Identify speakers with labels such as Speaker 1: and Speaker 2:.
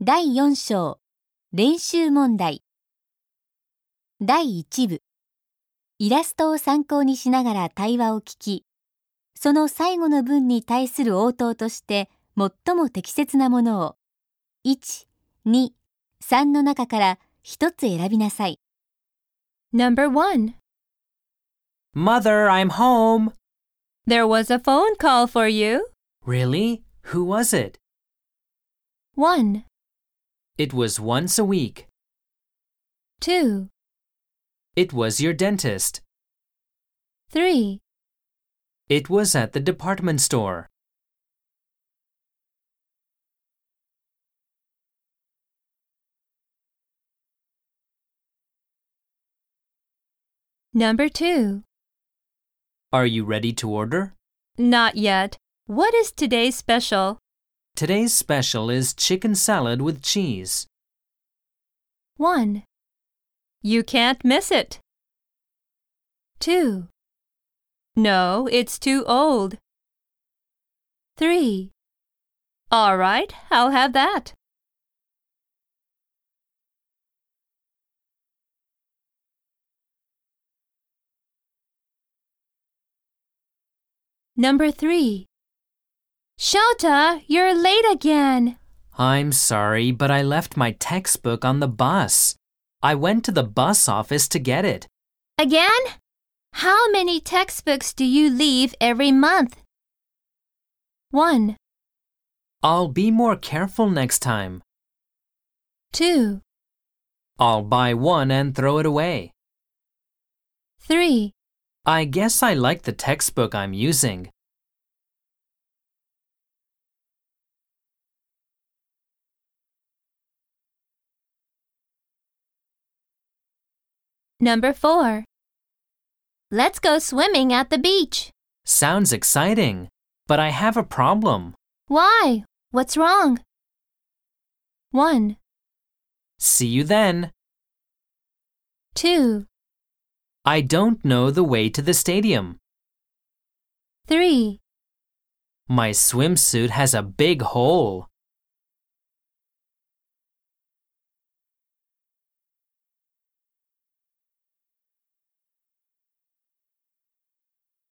Speaker 1: 第4章練習問題第1部イラストを参考にしながら対話を聞きその最後の文に対する応答として最も適切なものを123の中から1つ選びなさい
Speaker 2: Number one,
Speaker 3: Mother, I'm home.
Speaker 2: there was a phone call for you.
Speaker 3: Really? Who was it?
Speaker 2: One,
Speaker 3: It was once a week.
Speaker 2: two,
Speaker 3: It was your dentist.
Speaker 2: three.
Speaker 3: It was at the department store.
Speaker 2: Number two,
Speaker 3: Are you ready to order?
Speaker 2: not yet. What is today's special?
Speaker 3: Today's special is chicken salad with cheese.
Speaker 2: One, you can't miss it. Two, no, it's too old. Three, all right, I'll have that. Number three. Shota, you're late again.
Speaker 3: I'm sorry, but I left my textbook on the bus. I went to the bus office to get it.
Speaker 2: Again? How many textbooks do you leave every month? One,
Speaker 3: I'll be more careful next time.
Speaker 2: two,
Speaker 3: I'll buy one and throw it away.
Speaker 2: three.
Speaker 3: I guess I like the textbook I'm using.
Speaker 2: Number four. Let's go swimming at the beach.
Speaker 3: Sounds exciting, but I have a problem.
Speaker 2: Why? What's wrong? One,
Speaker 3: See you then.
Speaker 2: two,
Speaker 3: I don't know the way to the stadium.
Speaker 2: three,
Speaker 3: My swimsuit has a big hole.